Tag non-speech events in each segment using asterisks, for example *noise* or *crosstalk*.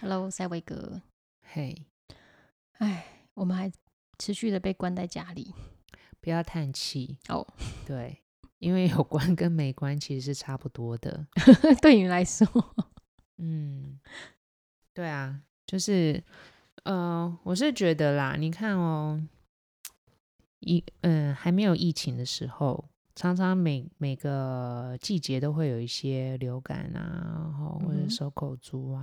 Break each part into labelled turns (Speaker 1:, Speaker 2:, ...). Speaker 1: ，Hello，塞维格。
Speaker 2: 嘿，
Speaker 1: 哎，我们还持续的被关在家 *laughs* 里
Speaker 2: 不要叹气
Speaker 1: 哦。
Speaker 2: 对，因为有关跟没关其实是差不多的。
Speaker 1: 对你来说，
Speaker 2: 嗯，对啊，就是，呃，我是觉得啦，你看哦，疫，嗯，还没有疫情的时候，常常每每个季节都会有一些流感啊，然后或
Speaker 1: 嗯
Speaker 2: 者
Speaker 1: 哼
Speaker 2: 手口猪啊，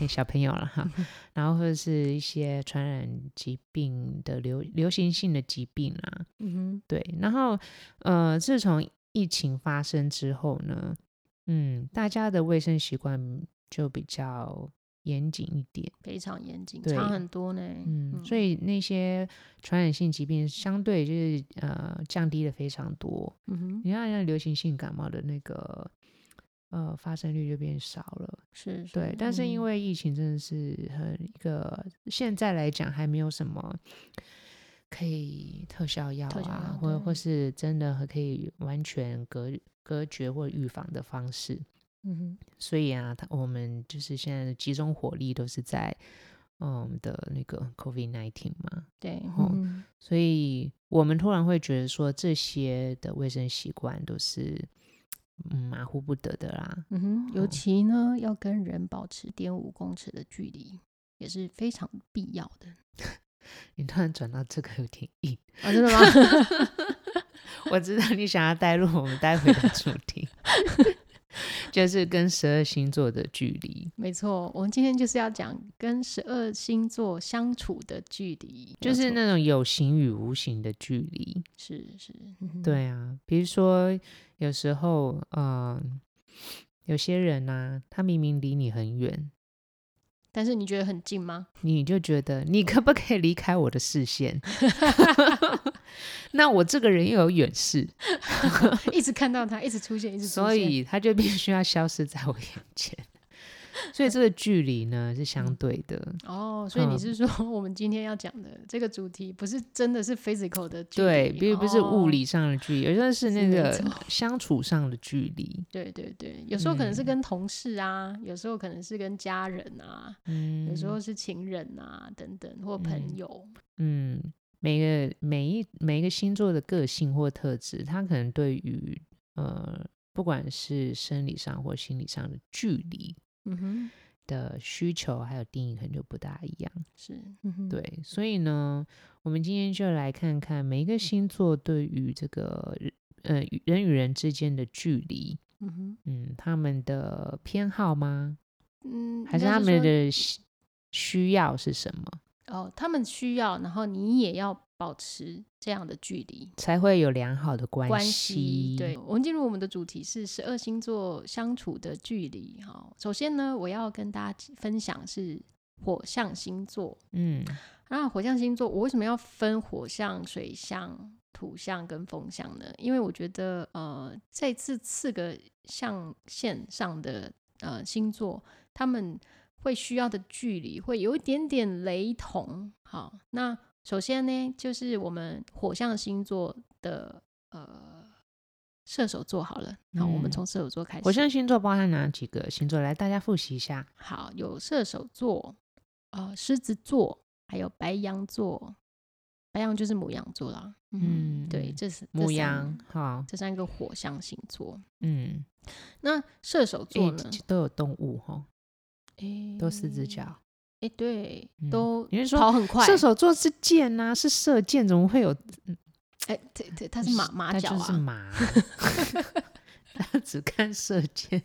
Speaker 2: 给小朋友了哈，然后或者是一些传染疾病的流流行性的疾病啊，
Speaker 1: 嗯
Speaker 2: 对，然后呃，自从疫情发生之后呢，嗯，大家的卫生习惯就比较严谨一点，
Speaker 1: 哼，非常严谨，
Speaker 2: 对
Speaker 1: 差很多呢。
Speaker 2: 嗯，所以那些传染性疾病相对就是呃降低了非常多。
Speaker 1: 嗯哼，
Speaker 2: 你看，像流行性感冒的那个呃发生率就变少了，
Speaker 1: 是，是
Speaker 2: 对。但是因
Speaker 1: 嗯
Speaker 2: 为疫情真的是很一个现在来讲还没有什么可以特效药
Speaker 1: 特效
Speaker 2: 啊
Speaker 1: 药，
Speaker 2: 或或
Speaker 1: 对
Speaker 2: 是真的很可以完全隔隔绝或预防的方式。
Speaker 1: 嗯哼。
Speaker 2: 所以啊，他我们就是现在的集中火力都是在嗯我们的那个 COVID nineteen 嘛，
Speaker 1: 对，
Speaker 2: 哦
Speaker 1: 嗯
Speaker 2: 所以我们突然会觉得说这些的卫生习惯都是嗯马虎不得的啦。
Speaker 1: 嗯哼，尤
Speaker 2: 哦
Speaker 1: 其呢，要跟人保持点五公尺的距离，也是非常必要的。
Speaker 2: 你突然转到这个 *laughs* 有点硬，
Speaker 1: 啊，真的吗？
Speaker 2: *laughs* 我知道你想要带入我们待会的主
Speaker 1: *laughs*
Speaker 2: 题，就是跟十二星座的距离。
Speaker 1: *laughs* 没错，我们今天就是要讲跟十二星座相处的距离，没
Speaker 2: 就
Speaker 1: 有
Speaker 2: 是
Speaker 1: 错
Speaker 2: 那种有形与无形的距离，
Speaker 1: 是是，嗯哼，
Speaker 2: 对啊，比如说有时候，嗯，有些人呐、他明明离你很远，
Speaker 1: 但是你觉得很近吗？ *laughs*
Speaker 2: 你就觉得你可不可以离开我的视线？ *laughs* 那我这个人又有远视，
Speaker 1: 一直看到他，一直出现，一直出现，
Speaker 2: 所以他就必须要消失在我眼前。 *laughs* 所以这个距离呢是
Speaker 1: 嗯
Speaker 2: 相对的，
Speaker 1: 哦，所以你
Speaker 2: 嗯
Speaker 1: 是说 *laughs* 我们今天要讲的这个主题，不是真的是 physical 的距离，
Speaker 2: 对，比如不是物
Speaker 1: 哦
Speaker 2: 理上的距离，有时候是
Speaker 1: 是
Speaker 2: 那
Speaker 1: 没
Speaker 2: 个
Speaker 1: 错
Speaker 2: 相处上的距离。
Speaker 1: 对对对，有时候可能是
Speaker 2: 嗯
Speaker 1: 跟同事啊，有时候可能是跟家人啊，
Speaker 2: 嗯，
Speaker 1: 有时候是情人啊等等，或朋
Speaker 2: 嗯
Speaker 1: 友，
Speaker 2: 嗯，每个每一每一个星座的个性或特质，它可能对于呃，不管是生理上或心理上的距离
Speaker 1: 嗯哼，
Speaker 2: 的需求还有定义，可能就不大一样。
Speaker 1: 是，嗯哼，
Speaker 2: 对，所以呢，我们今天就来看看每一个星座对于这个人呃与人与人之间的距离，
Speaker 1: 嗯哼，
Speaker 2: 嗯，他们的偏好吗？
Speaker 1: 嗯，
Speaker 2: 还
Speaker 1: 应
Speaker 2: 是
Speaker 1: 该
Speaker 2: 他们
Speaker 1: 说
Speaker 2: 的需需要是什么，
Speaker 1: 哦，他们需要，然后你也要保持这样的距离
Speaker 2: 才会有良好的关
Speaker 1: 关系。对，我们进入我们的主题是十二星座相处的距离。哈、首先呢，我要跟大家分享是火象星座。
Speaker 2: 嗯
Speaker 1: 那火象星座，我为什么要分火象、水象、土象跟风象呢？因为我觉得，呃，在这四个象限上的呃星座，他们会需要的距离会有一点点雷同。好，那首先呢，就是我们火象星座的呃射手座好了，那我们
Speaker 2: 嗯
Speaker 1: 从射手座开始。
Speaker 2: 火象星座包含哪几个星座？来，大家复习一下。
Speaker 1: 好，有射手座，呃，狮子座，还有白羊座。白羊就是母羊座啦，嗯，
Speaker 2: 嗯
Speaker 1: 对，
Speaker 2: 嗯
Speaker 1: 这是这
Speaker 2: 母
Speaker 1: 三
Speaker 2: 羊，好，
Speaker 1: 这三个火象星座。
Speaker 2: 嗯，
Speaker 1: 那射手座
Speaker 2: 诶
Speaker 1: 呢？
Speaker 2: 这都有动物哈，
Speaker 1: 诶
Speaker 2: 都四只脚。
Speaker 1: 诶，对，
Speaker 2: 嗯
Speaker 1: 都
Speaker 2: 你是说
Speaker 1: 跑很快。
Speaker 2: 射手座是箭呐、是射箭，怎么会有？
Speaker 1: 诶，对对，它是马马
Speaker 2: 它
Speaker 1: 脚
Speaker 2: 就是
Speaker 1: 啊，
Speaker 2: 马。
Speaker 1: *laughs*
Speaker 2: *laughs* 他只看射箭，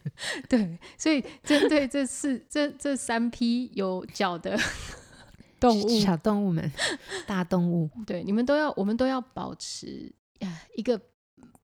Speaker 1: 对，所以针对这四这这三批有脚的 *laughs*
Speaker 2: *laughs*
Speaker 1: 动物，
Speaker 2: 小动物们，大动物，
Speaker 1: 对，你们都要，我们都要保持呃一个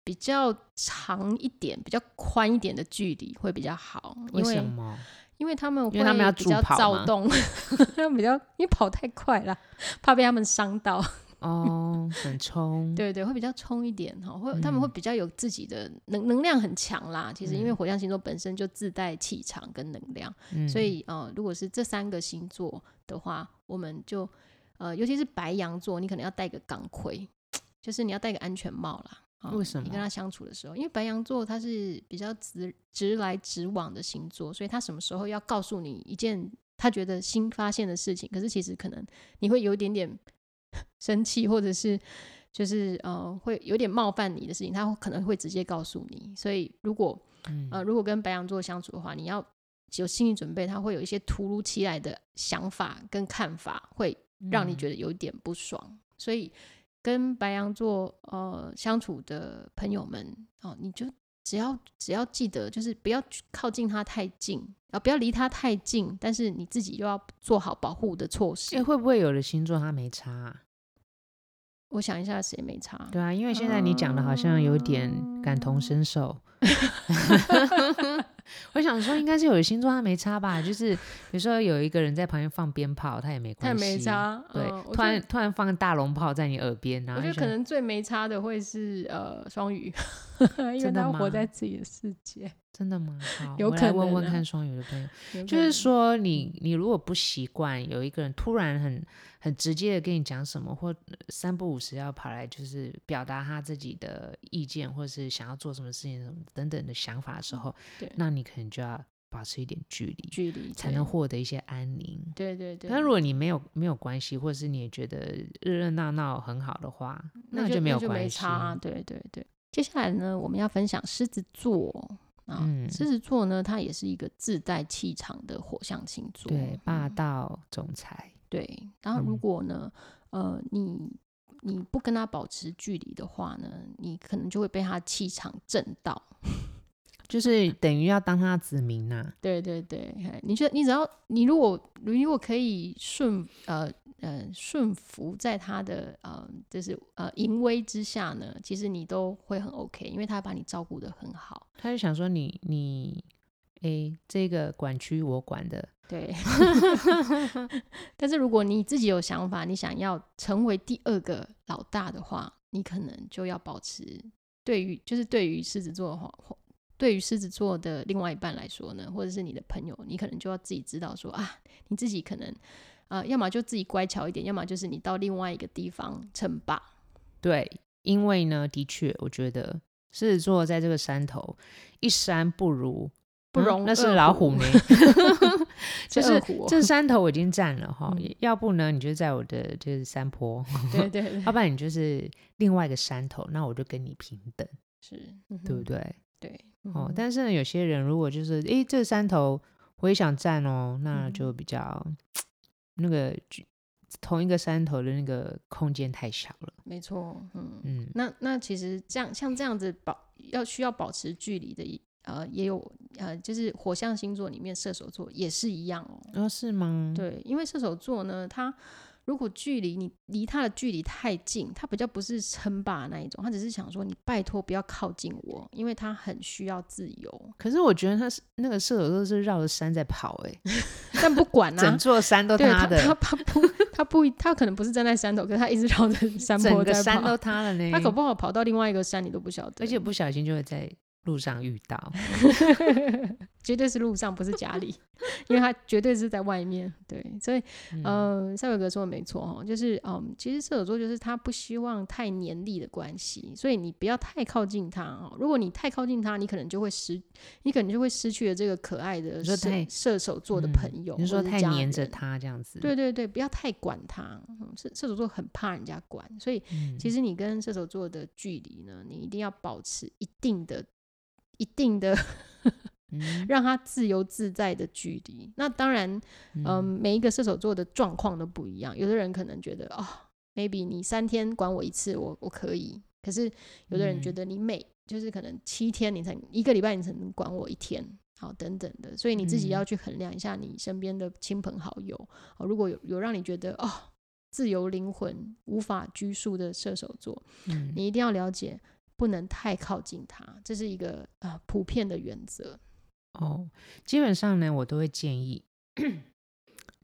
Speaker 1: 比较长一点、比较宽一点的距离会比较好，因
Speaker 2: 为
Speaker 1: 为 *laughs*
Speaker 2: 什么？
Speaker 1: 因为他们
Speaker 2: 因为他们
Speaker 1: 会
Speaker 2: 要
Speaker 1: 比
Speaker 2: 助
Speaker 1: 较
Speaker 2: 跑
Speaker 1: 躁
Speaker 2: 嘛
Speaker 1: 动， *laughs* 他们比较因为跑太快了，怕被他们伤到。
Speaker 2: 哦，很冲，
Speaker 1: *laughs* 对对，会比较冲一点哈，会他们会
Speaker 2: 嗯
Speaker 1: 比较有自己的能能量很强啦。其实因为
Speaker 2: 嗯
Speaker 1: 火象星座本身就自带气场跟能量，
Speaker 2: 嗯，
Speaker 1: 所以呃，如果是这三个星座的话，我们就呃，尤其是白羊座，你可能要戴个钢盔，就是你要戴个安全帽啦。啊
Speaker 2: 为什
Speaker 1: 你
Speaker 2: 么
Speaker 1: 跟他相处的时候，因为白羊座他是比较直直来直往的星座，所以他什么时候要告诉你一件他觉得新发现的事情，可是其实可能你会有一点点 *laughs* 生气，或者是就是呃会有点冒犯你的事情，他可能会直接告诉你。所以如果
Speaker 2: 嗯
Speaker 1: 呃，如果跟白羊座相处的话，你要有心理准备，他会有一些突如其来的想法跟看法，会让你觉
Speaker 2: 得
Speaker 1: 得有一点不爽。所以跟白羊座呃相处的朋友们哦、你就只要只要记得，就是不要去靠近他太近啊、不要离他太近，但是你自己又要做好保护的措施。
Speaker 2: 哎，会不会有的星座他没差啊？
Speaker 1: 我想一下，谁没差？
Speaker 2: 对啊，因为现在你讲的好像有点感同身受。 *laughs* 我想说，应该是有的星座他没差吧，就是比如说有一个人在旁边放鞭炮，他也没
Speaker 1: 他也
Speaker 2: 关系，
Speaker 1: 没差，
Speaker 2: 对，
Speaker 1: 嗯我
Speaker 2: 突
Speaker 1: 觉得
Speaker 2: 然突然放大龙炮在你耳边，然
Speaker 1: 我
Speaker 2: 后
Speaker 1: 觉得
Speaker 2: 就
Speaker 1: 可能最没差的会是呃双鱼， *laughs* 因为
Speaker 2: 真的
Speaker 1: 他活
Speaker 2: 吗
Speaker 1: 在自己的世界，
Speaker 2: 真的吗？好，
Speaker 1: 有
Speaker 2: 我
Speaker 1: 可
Speaker 2: 来问
Speaker 1: 能
Speaker 2: 问
Speaker 1: 啊
Speaker 2: 看双鱼的朋友，
Speaker 1: 有可
Speaker 2: 就是
Speaker 1: 能
Speaker 2: 说你你如果不习惯有一个人突然很很直接的跟你讲什么，或呃三不五时要跑来就是表达他自己的意见，或是想要做什么事情什么等等的想法的时候，
Speaker 1: 嗯对
Speaker 2: 那你可能就要保持一点距离，
Speaker 1: 距离
Speaker 2: 才
Speaker 1: 对
Speaker 2: 能获得一些安宁。
Speaker 1: 对对对。
Speaker 2: 但如果你没有没有关系，或是你也觉得热热闹闹很好的话，
Speaker 1: 那
Speaker 2: 就没有
Speaker 1: 就
Speaker 2: 关系。
Speaker 1: 差啊，对对对。接下来呢，我们要分享狮子座啊，
Speaker 2: 嗯
Speaker 1: 狮子座呢，它也是一个自带气场的火象星座，
Speaker 2: 对，霸
Speaker 1: 嗯
Speaker 2: 道总裁，
Speaker 1: 对，然后如
Speaker 2: 嗯
Speaker 1: 果呢，呃，你你不跟他保持距离的话呢，你可能就会被他气场震到。
Speaker 2: 就是等于要当他的子民呐、
Speaker 1: 对对对，嘿你觉得你只要你如果你如果可以顺呃呃顺服在他的呃就是呃淫威之下呢，其实你都会很 OK，因为他把你照顾的很好。
Speaker 2: 他就想说你你，诶，这个管区我管的，
Speaker 1: 对， *laughs* 但是如果你自己有想法，你想要成为第二个老大的话，你可能就要保持对于就是对于狮子座的话，或对于狮子座的另外一半来说呢，或者是你的朋友，你可能就要自己知道说啊，你自己可能呃，要么就自己乖巧一点，要么就是你到另外一个地方称
Speaker 2: *laughs*
Speaker 1: 霸。
Speaker 2: 对，因为呢，的确，我觉得狮子座在这个山头，一山不如
Speaker 1: 不
Speaker 2: 嗯
Speaker 1: 容
Speaker 2: 那是
Speaker 1: 二
Speaker 2: 老
Speaker 1: 虎
Speaker 2: 虎没，就
Speaker 1: 这
Speaker 2: 是
Speaker 1: 二虎哦
Speaker 2: 这山头我已经占了哈，
Speaker 1: 嗯
Speaker 2: 要不呢，你就在我的就是山坡，
Speaker 1: *laughs* 对对对
Speaker 2: 要，不然你就是另外一个山头，那我就跟你平等，
Speaker 1: 是，
Speaker 2: 对不
Speaker 1: 嗯哼
Speaker 2: 对？
Speaker 1: 对，
Speaker 2: 哦
Speaker 1: 嗯，
Speaker 2: 但是呢，有些人如果就是诶，这山头我也想站哦，那就
Speaker 1: 嗯
Speaker 2: 比较、那个距同一个山头的那个空间太小了，
Speaker 1: 没错，嗯。
Speaker 2: 嗯，
Speaker 1: 那那其实这样像这样子保要需要保持距离的一，呃，也有呃，就是火象星座里面射手座也是一样哦。
Speaker 2: 哦，是吗？，
Speaker 1: 对，因为射手座呢，他如果距离你离他的距离太近，他比较不是称霸那一种，他只是想说你拜托不要靠近我，因为他很需要自由。
Speaker 2: 可是我觉得他是那个射手座是绕着山在跑、
Speaker 1: *laughs*
Speaker 2: 欸，
Speaker 1: 但不管啊
Speaker 2: 整，座山都
Speaker 1: 对
Speaker 2: 他
Speaker 1: 他
Speaker 2: 的，
Speaker 1: 他他不他不他可能不是站在山头，可是他一直绕着山坡
Speaker 2: 整个
Speaker 1: 在
Speaker 2: 山
Speaker 1: 跑
Speaker 2: 都，他了呢。
Speaker 1: *laughs* 他搞不好跑到另外一个山你都不晓得，
Speaker 2: 而且不小心就会在路上遇
Speaker 1: *laughs*
Speaker 2: 到。
Speaker 1: 绝对是路上，不是家里，因为他绝对是在外面。对，所以，
Speaker 2: 嗯，
Speaker 1: 嗯，塞维格说的没错哦，就是，嗯，其实射手座就是他不希望太黏腻的关系，所以你不要太靠近他哦。如果你太靠近他，你可能就会失，你可能就会失去了这个可爱的
Speaker 2: 你说
Speaker 1: 射
Speaker 2: 太
Speaker 1: 射手座的
Speaker 2: 嗯
Speaker 1: 朋友，
Speaker 2: 你是说太黏着
Speaker 1: 他。
Speaker 2: 他这样子，
Speaker 1: 对对对，不要太管他。嗯射射手座很怕人家管，所以
Speaker 2: 嗯，
Speaker 1: 其实你跟射手座的距离呢，你一定要保持一定的、一定的
Speaker 2: 嗯
Speaker 1: 让他自由自在的距离。那当然，嗯、
Speaker 2: 嗯
Speaker 1: 每一个射手座的状况都不一样。有的人可能觉得，哦，maybe 你三天管我一次，我我可以。可是有的人觉
Speaker 2: 嗯
Speaker 1: 得你每、就是可能七天你才一个礼拜你才能管我一天，好等等的。所以你自
Speaker 2: 嗯
Speaker 1: 己要去衡量一下你身边的亲朋好友。哦，如果有有让你觉得哦。自由灵魂无法拘束的射手座，
Speaker 2: 嗯
Speaker 1: 你一定要了解，不能太靠近他，这是一个啊、呃普遍的原则。
Speaker 2: 哦，基本上呢，我都会建议，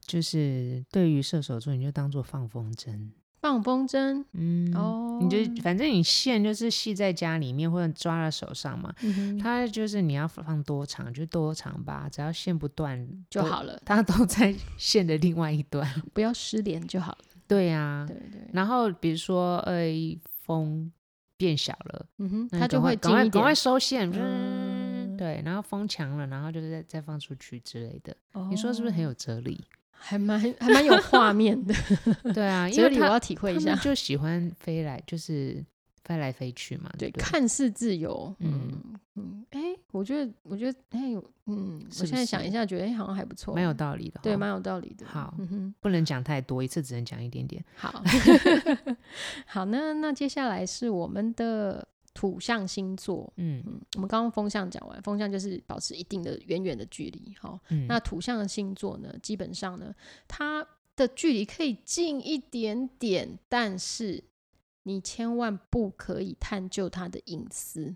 Speaker 2: 就是对于射手座，你就当做放风筝。
Speaker 1: 放风筝，
Speaker 2: 嗯，
Speaker 1: 哦
Speaker 2: 你就反正你线就是系在家里面或者抓在手上嘛，
Speaker 1: 嗯哼
Speaker 2: 它就是你要放多长就多长吧，只要线不断
Speaker 1: 嗯就
Speaker 2: 都
Speaker 1: 好了，
Speaker 2: 它都在 *laughs* 线的另外一端。 *laughs*
Speaker 1: 不要失联就好了。
Speaker 2: 对呀、
Speaker 1: 对对，
Speaker 2: 然后比如说，呃，风变小了，
Speaker 1: 嗯哼，
Speaker 2: 那
Speaker 1: 它
Speaker 2: 你
Speaker 1: 就
Speaker 2: 赶快
Speaker 1: 会
Speaker 2: 赶
Speaker 1: 近
Speaker 2: 快
Speaker 1: 一
Speaker 2: 赶快
Speaker 1: 点。
Speaker 2: 收线，
Speaker 1: 嗯
Speaker 2: 对，然后风强了，然后就是再再放出去之类的。你说是不是
Speaker 1: 哦
Speaker 2: 很有哲理？ *laughs*
Speaker 1: 还蛮还蛮有画面的？
Speaker 2: 对啊， *laughs* 因
Speaker 1: 这
Speaker 2: 为
Speaker 1: 里我
Speaker 2: 他
Speaker 1: 要体
Speaker 2: 他
Speaker 1: 会一下
Speaker 2: 们。就喜欢飞来，就是飞来飞去嘛，
Speaker 1: 对，
Speaker 2: 不对？
Speaker 1: 看似自由，
Speaker 2: 嗯
Speaker 1: 嗯嗯，哎、我觉得，我觉得，哎、嗯，
Speaker 2: 是不
Speaker 1: 我现在想
Speaker 2: 是
Speaker 1: 一下，觉得哎、好像还不错，
Speaker 2: 蛮有道理的哈，
Speaker 1: 对，蛮有道理的。
Speaker 2: 好
Speaker 1: 嗯哼，
Speaker 2: 不能讲太多，一次只能讲一点点。 *laughs*
Speaker 1: 好，好，那那接下来是我们的土象星座，
Speaker 2: 嗯
Speaker 1: 嗯，我们刚刚风象讲完，风象就是保持一定的远远的距离，好、
Speaker 2: 嗯，
Speaker 1: 那土象的星座呢，基本上呢，它的距离可以近一点点，但是你千万不可以探究它的隐私，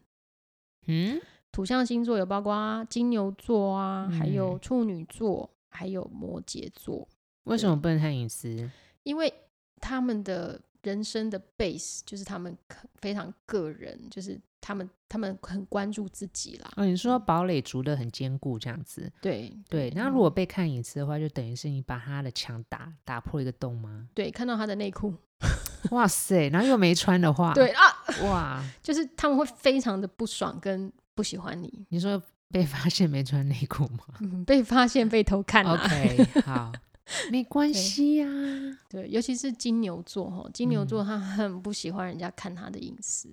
Speaker 2: 嗯
Speaker 1: 土象星座有包括金牛座啊，还有
Speaker 2: 嗯
Speaker 1: 处女座，还有摩羯座，
Speaker 2: 为什么不能看隐私？
Speaker 1: 因为他们的人生的 base 就是他们可非常个人，就是他们他们很关注自己啦。
Speaker 2: 哦，你说堡垒筑的很坚固这样子，
Speaker 1: 对
Speaker 2: 对。那
Speaker 1: 嗯？
Speaker 2: 如果被看隐私的话，就等于是你把他的墙打打破一个洞吗
Speaker 1: 对看到他的内裤，
Speaker 2: 哇塞，然后又没穿的话，
Speaker 1: 对，啊， *laughs*
Speaker 2: 哇，
Speaker 1: 就是他们会非常的不爽跟不喜欢你，
Speaker 2: 你说被发现没穿内裤吗
Speaker 1: 嗯，被发现被偷看啊。
Speaker 2: ？OK，好，
Speaker 1: *laughs*
Speaker 2: 没关
Speaker 1: 对嗯
Speaker 2: 系呀、
Speaker 1: 对，尤其是金牛座哈，金牛
Speaker 2: 嗯
Speaker 1: 座他很不喜欢人家看他的隐私，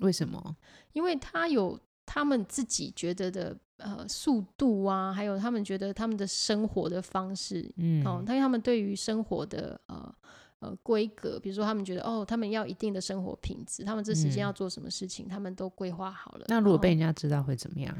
Speaker 2: 为什
Speaker 1: 哦
Speaker 2: 么？
Speaker 1: 因为他有他们自己觉得的呃速度啊，还有他们觉得他们的生活的方式，
Speaker 2: 嗯，
Speaker 1: 哦，因为他们对于生活的呃呃规格，比如说他们觉得哦，他们要一定的生活品质，他们这时间
Speaker 2: 嗯
Speaker 1: 要做什么事情，他们都规划好了。
Speaker 2: 那如果
Speaker 1: 然后
Speaker 2: 被人家知道会怎么样？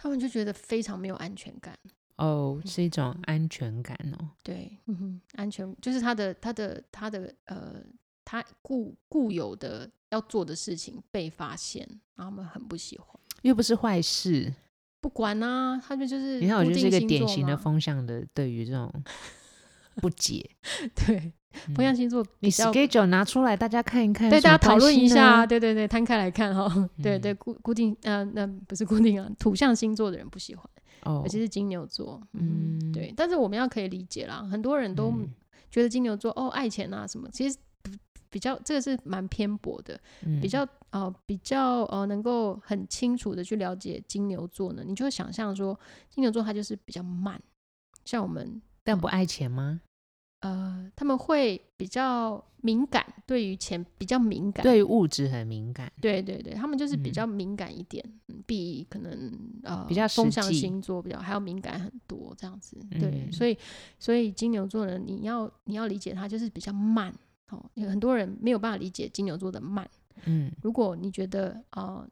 Speaker 1: 他们就觉得非常没有安全感，
Speaker 2: 哦，是一种安全感哦。
Speaker 1: 对，嗯哼，安全就是他的他的他的呃他固固有的要做的事情被发现，然后他们很不喜欢。
Speaker 2: 又不是坏事，
Speaker 1: 不管啊，他们就是
Speaker 2: 你看我
Speaker 1: 固
Speaker 2: 就是
Speaker 1: 定
Speaker 2: 一个
Speaker 1: 星
Speaker 2: 典
Speaker 1: 座
Speaker 2: 型的
Speaker 1: 嘛
Speaker 2: 风向的，对于这种不解，
Speaker 1: *laughs* 对，
Speaker 2: 嗯
Speaker 1: 风象星座比
Speaker 2: 你
Speaker 1: 较
Speaker 2: schedule 拿出来，大家看一看，
Speaker 1: 对
Speaker 2: 有什
Speaker 1: 大
Speaker 2: 么
Speaker 1: 家讨
Speaker 2: 关
Speaker 1: 论
Speaker 2: 系
Speaker 1: 一下啊，
Speaker 2: 呢，
Speaker 1: 对对对，摊开来看哈，对
Speaker 2: 嗯
Speaker 1: 对固固定呃，那不是固定啊，土象星座的人不喜欢，
Speaker 2: 哦
Speaker 1: 尤，其是金牛座，嗯，
Speaker 2: 嗯
Speaker 1: 对，但是我们要可以理解啦，很多人都
Speaker 2: 嗯
Speaker 1: 觉得金牛座哦爱钱啊什么，其实不比较这个是蛮偏颇的，
Speaker 2: 嗯
Speaker 1: 比较呃比较呃能够很清楚的去了解金牛座呢，你就会想象说金牛座他就是比较慢，像我们
Speaker 2: 但不爱钱吗？
Speaker 1: 呃，他们会比较敏感，对于钱比较敏感。
Speaker 2: 对于物质很敏感，
Speaker 1: 对对对他们就是比
Speaker 2: 嗯
Speaker 1: 较敏感一点，嗯比可能呃
Speaker 2: 比较
Speaker 1: 风
Speaker 2: 实
Speaker 1: 象
Speaker 2: 际
Speaker 1: 星座比较还要敏感很多这样子。对，
Speaker 2: 嗯
Speaker 1: 所以所以金牛座呢，你要你要理解它就是比较慢哦，有很多人没有办法理解金牛座的慢。
Speaker 2: 嗯，
Speaker 1: 如果你觉得呃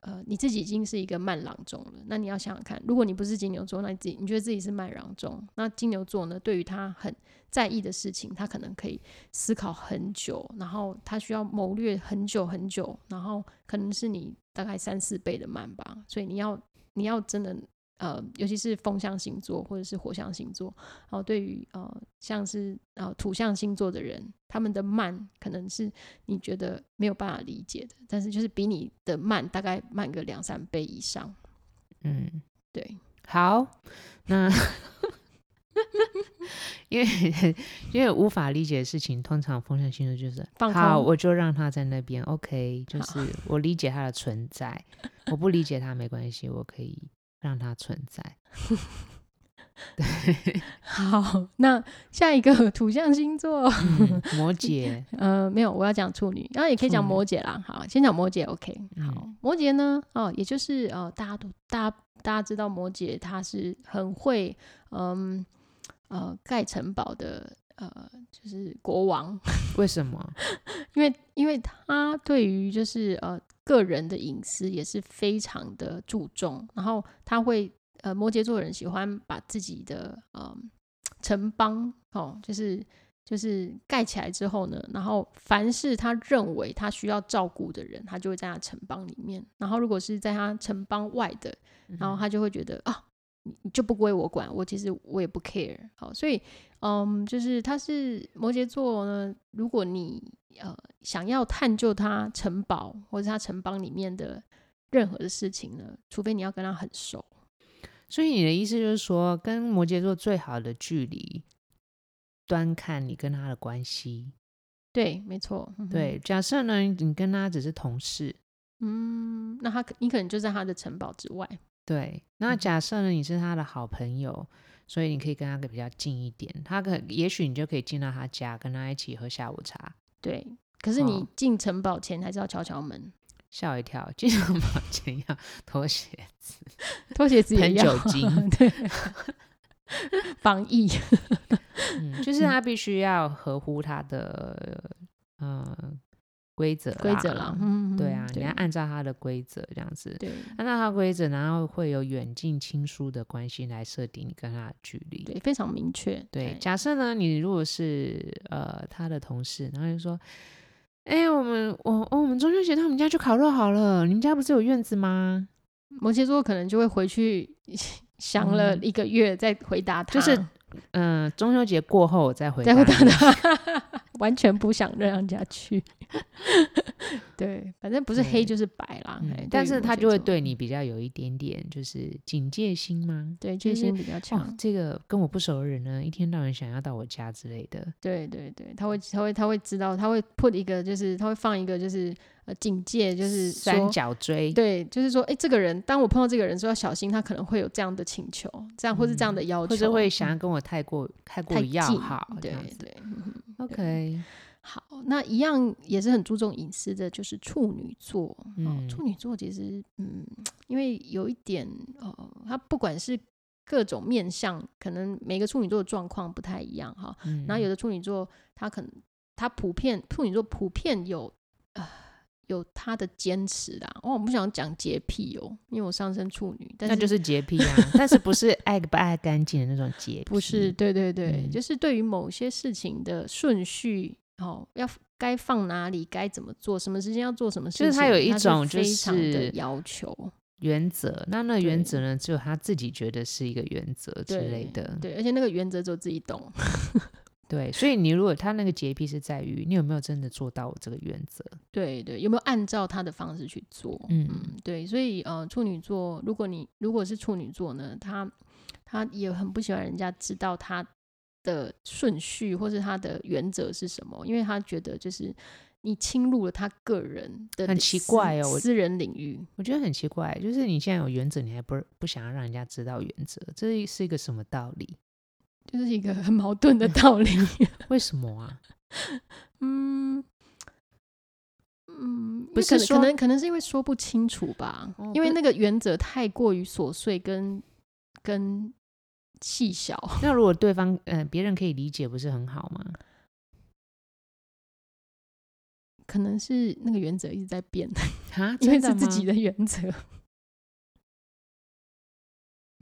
Speaker 1: 呃你自己已经是一个慢郎中了，那你要想想看，如果你不是金牛座，那你自己你觉得自己是慢郎中，那金牛座呢，对于他很在意的事情，他可能可以思考很久，然后他需要谋略很久很久，然后可能是你大概三四倍的慢吧，所以你要你要真的。呃，尤其是风象星座或者是火象星座，然后对于呃像是呃土象星座的人，他们的慢可能是你觉得没有办法理解的，但是就是比你的慢大概慢个两三倍以上。
Speaker 2: 嗯，
Speaker 1: 对，
Speaker 2: 好，那 *laughs* 因为因为无法理解的事情，通常风象星座就是
Speaker 1: 放
Speaker 2: 好，
Speaker 1: 空
Speaker 2: 我就让他在那边，OK，就
Speaker 1: *laughs* 好
Speaker 2: 是我理解他的存在，我不理解他没关系，我可以让他存在。
Speaker 1: *laughs* *laughs* 好，那下一个土象星座，
Speaker 2: 嗯摩羯，
Speaker 1: 呃，没有，我要讲处女，然后也可以讲
Speaker 2: 处女
Speaker 1: 摩羯啦。好，先讲摩羯，OK。
Speaker 2: 嗯
Speaker 1: 好，摩羯呢，哦，也就是呃，大家都大家大家知道摩羯他是很会，嗯呃，盖城堡的，呃，就是国王。
Speaker 2: 为什么？
Speaker 1: 因为因为他对于就是呃个人的隐私也是非常的注重，然后他会呃摩羯座人喜欢把自己的呃城邦哦，就是就是盖起来之后呢，然后凡是他认为他需要照顾的人，他就会在他城邦里面；然后如果是在他城邦外的，然
Speaker 2: 嗯
Speaker 1: 后他就会觉得啊，你你就不归我管，我其实我也不 care。好，所以嗯，就是他是摩羯座呢，如果你呃想要探究他城堡或者他城邦里面的任何的事情呢，除非你要跟他很熟，
Speaker 2: 所以你的意思就是说，跟摩羯座最好的距离，端看你跟他的关系。
Speaker 1: 对，没错，嗯哼
Speaker 2: 对，，假设呢，你跟他只是同事，
Speaker 1: 嗯，那他可你可能就在他的城堡之外，
Speaker 2: 对，那
Speaker 1: 嗯
Speaker 2: 假设呢，你是他的好朋友，所以你可以跟他比较近一点，他可也许你就可以进到他家，跟他一起喝下午茶。
Speaker 1: 对。可是你
Speaker 2: 哦
Speaker 1: 进城堡前还是要敲敲门，
Speaker 2: 吓我一跳，经常把钱要拖鞋，
Speaker 1: 脱鞋子也
Speaker 2: 喷
Speaker 1: 要 *laughs*
Speaker 2: 酒精
Speaker 1: 对，防疫。
Speaker 2: 嗯，就是他必须要合乎他的呃规则
Speaker 1: 规则啦
Speaker 2: 啦，，
Speaker 1: 嗯，
Speaker 2: 对啊，你
Speaker 1: 对
Speaker 2: 要按照他的规则这样子，
Speaker 1: 对
Speaker 2: 按照他的规则，然后会有远近亲疏的关系来设定你跟他的距离。
Speaker 1: 对，非常明确，
Speaker 2: 对，假设呢，你如果是呃他的同事，然后就说，哎、我们我我们中秋节到我们家去烤肉好了，你们家不是有院子吗？
Speaker 1: 摩羯座可能就会回去 *laughs* 想了
Speaker 2: 嗯
Speaker 1: 一个月再回答
Speaker 2: 就
Speaker 1: 他，
Speaker 2: 是嗯、中秋节过后我再回
Speaker 1: 再回答
Speaker 2: 你哎
Speaker 1: 他， *laughs* 完全不想让人家去。 *laughs* 对，反正不是黑
Speaker 2: 对
Speaker 1: 就是白啦，哎
Speaker 2: 嗯
Speaker 1: 对
Speaker 2: 但
Speaker 1: 于
Speaker 2: 是
Speaker 1: 摩
Speaker 2: 他
Speaker 1: 羯
Speaker 2: 就会
Speaker 1: 座
Speaker 2: 对你比较有一点点就是警戒心吗？
Speaker 1: 对
Speaker 2: 就
Speaker 1: 戒
Speaker 2: 是
Speaker 1: 心比较
Speaker 2: 哇
Speaker 1: 强，，
Speaker 2: 这个跟我不熟的人呢，一天到晚想要到我家之类的。
Speaker 1: 对对对，他会他会他会知道，他会 put 一个就是他会放一个就是呃警戒，就是
Speaker 2: 三
Speaker 1: 说
Speaker 2: 角锥，
Speaker 1: 对，就是说，哎、这个人，当我碰到这个人说要小心，他可能会有这样的请求，这样或是这样的要求，
Speaker 2: 或者会
Speaker 1: 嗯
Speaker 2: 想要跟我太过太过
Speaker 1: 太
Speaker 2: 要
Speaker 1: 近
Speaker 2: 好这
Speaker 1: 对
Speaker 2: 样子。
Speaker 1: 对，嗯
Speaker 2: OK，
Speaker 1: 好，那一样也是很注重隐私的，就是处女座。哦
Speaker 2: 嗯，
Speaker 1: 处女座其实，嗯，因为有一点，呃，他不管是各种面相，可能每个处女座的状况不太一样哈。
Speaker 2: 嗯
Speaker 1: 然后有的处女座，他可能他普遍处女座普遍有呃有他的坚持啦。哦，我不想讲洁癖哦，因为我上升处女，但
Speaker 2: 那
Speaker 1: 是
Speaker 2: 就是洁癖啊， *laughs* 但是不是爱不爱干净的那种洁癖，
Speaker 1: 不是，对对对，
Speaker 2: 嗯
Speaker 1: 就是对于某些事情的顺序，哦，要该放哪里，该怎么做，什么时间要做什么事情，
Speaker 2: 就是他有一种
Speaker 1: 它是非常
Speaker 2: 就
Speaker 1: 的
Speaker 2: 是
Speaker 1: 要求，
Speaker 2: 原则。那那个原
Speaker 1: 对
Speaker 2: 则呢，只有他自己觉得是一个原则之
Speaker 1: 对
Speaker 2: 类的。
Speaker 1: 对，而且那个原则只有自己懂，
Speaker 2: 对，所以你如果他那个洁癖是在于你有没有真的做到我这个原则，
Speaker 1: 对对，有没有按照他的方式去做？
Speaker 2: 嗯
Speaker 1: 对，所以呃，处女座，如果你如果是处女座呢，他他也很不喜欢人家知道他的顺序或是他的原则是什么，因为他觉得就是你侵入了他个人的
Speaker 2: 很
Speaker 1: 领
Speaker 2: 奇
Speaker 1: 私
Speaker 2: 怪哦我
Speaker 1: 私人领域。
Speaker 2: 我觉得很奇怪，就是你现在有原则，你还不不想要让人家知道原则，这是一个什么道理？
Speaker 1: 就是一个很矛盾的道理。 *laughs*
Speaker 2: 为什么啊？
Speaker 1: 嗯嗯，
Speaker 2: 不
Speaker 1: 不
Speaker 2: 是
Speaker 1: 是
Speaker 2: 说
Speaker 1: 可能可能是因为说不清楚吧，
Speaker 2: 哦
Speaker 1: 因为
Speaker 2: 可
Speaker 1: 那个原则太过于琐碎跟跟细小。
Speaker 2: 那如果对方呃别人可以理解，不是很好吗？
Speaker 1: 可能是那个原则一直在变， *laughs*
Speaker 2: 啊，
Speaker 1: 因为
Speaker 2: 真
Speaker 1: 是自
Speaker 2: 吗
Speaker 1: 己的原则。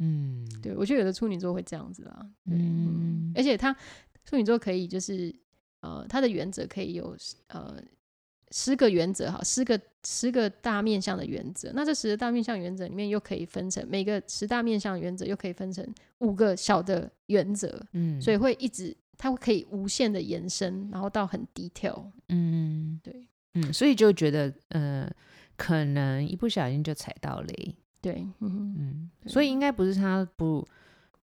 Speaker 2: 嗯，
Speaker 1: 对，我觉得有的处女座会这样子啦。对，
Speaker 2: 嗯
Speaker 1: 嗯、而且他处女座可以就是呃，他的原则可以有呃十个原则哈，十个十个大面向的原则。那这十个大面向原则里面又可以分成每个十大面向原则又可以分成五个小的原则，
Speaker 2: 嗯，
Speaker 1: 所以会一直它会可以无限的延伸，然后到很 detail。
Speaker 2: 嗯，
Speaker 1: 对
Speaker 2: 嗯，所以就觉得呃，可能一不小心就踩到雷，
Speaker 1: 对，嗯，
Speaker 2: 嗯，所以应该不是他不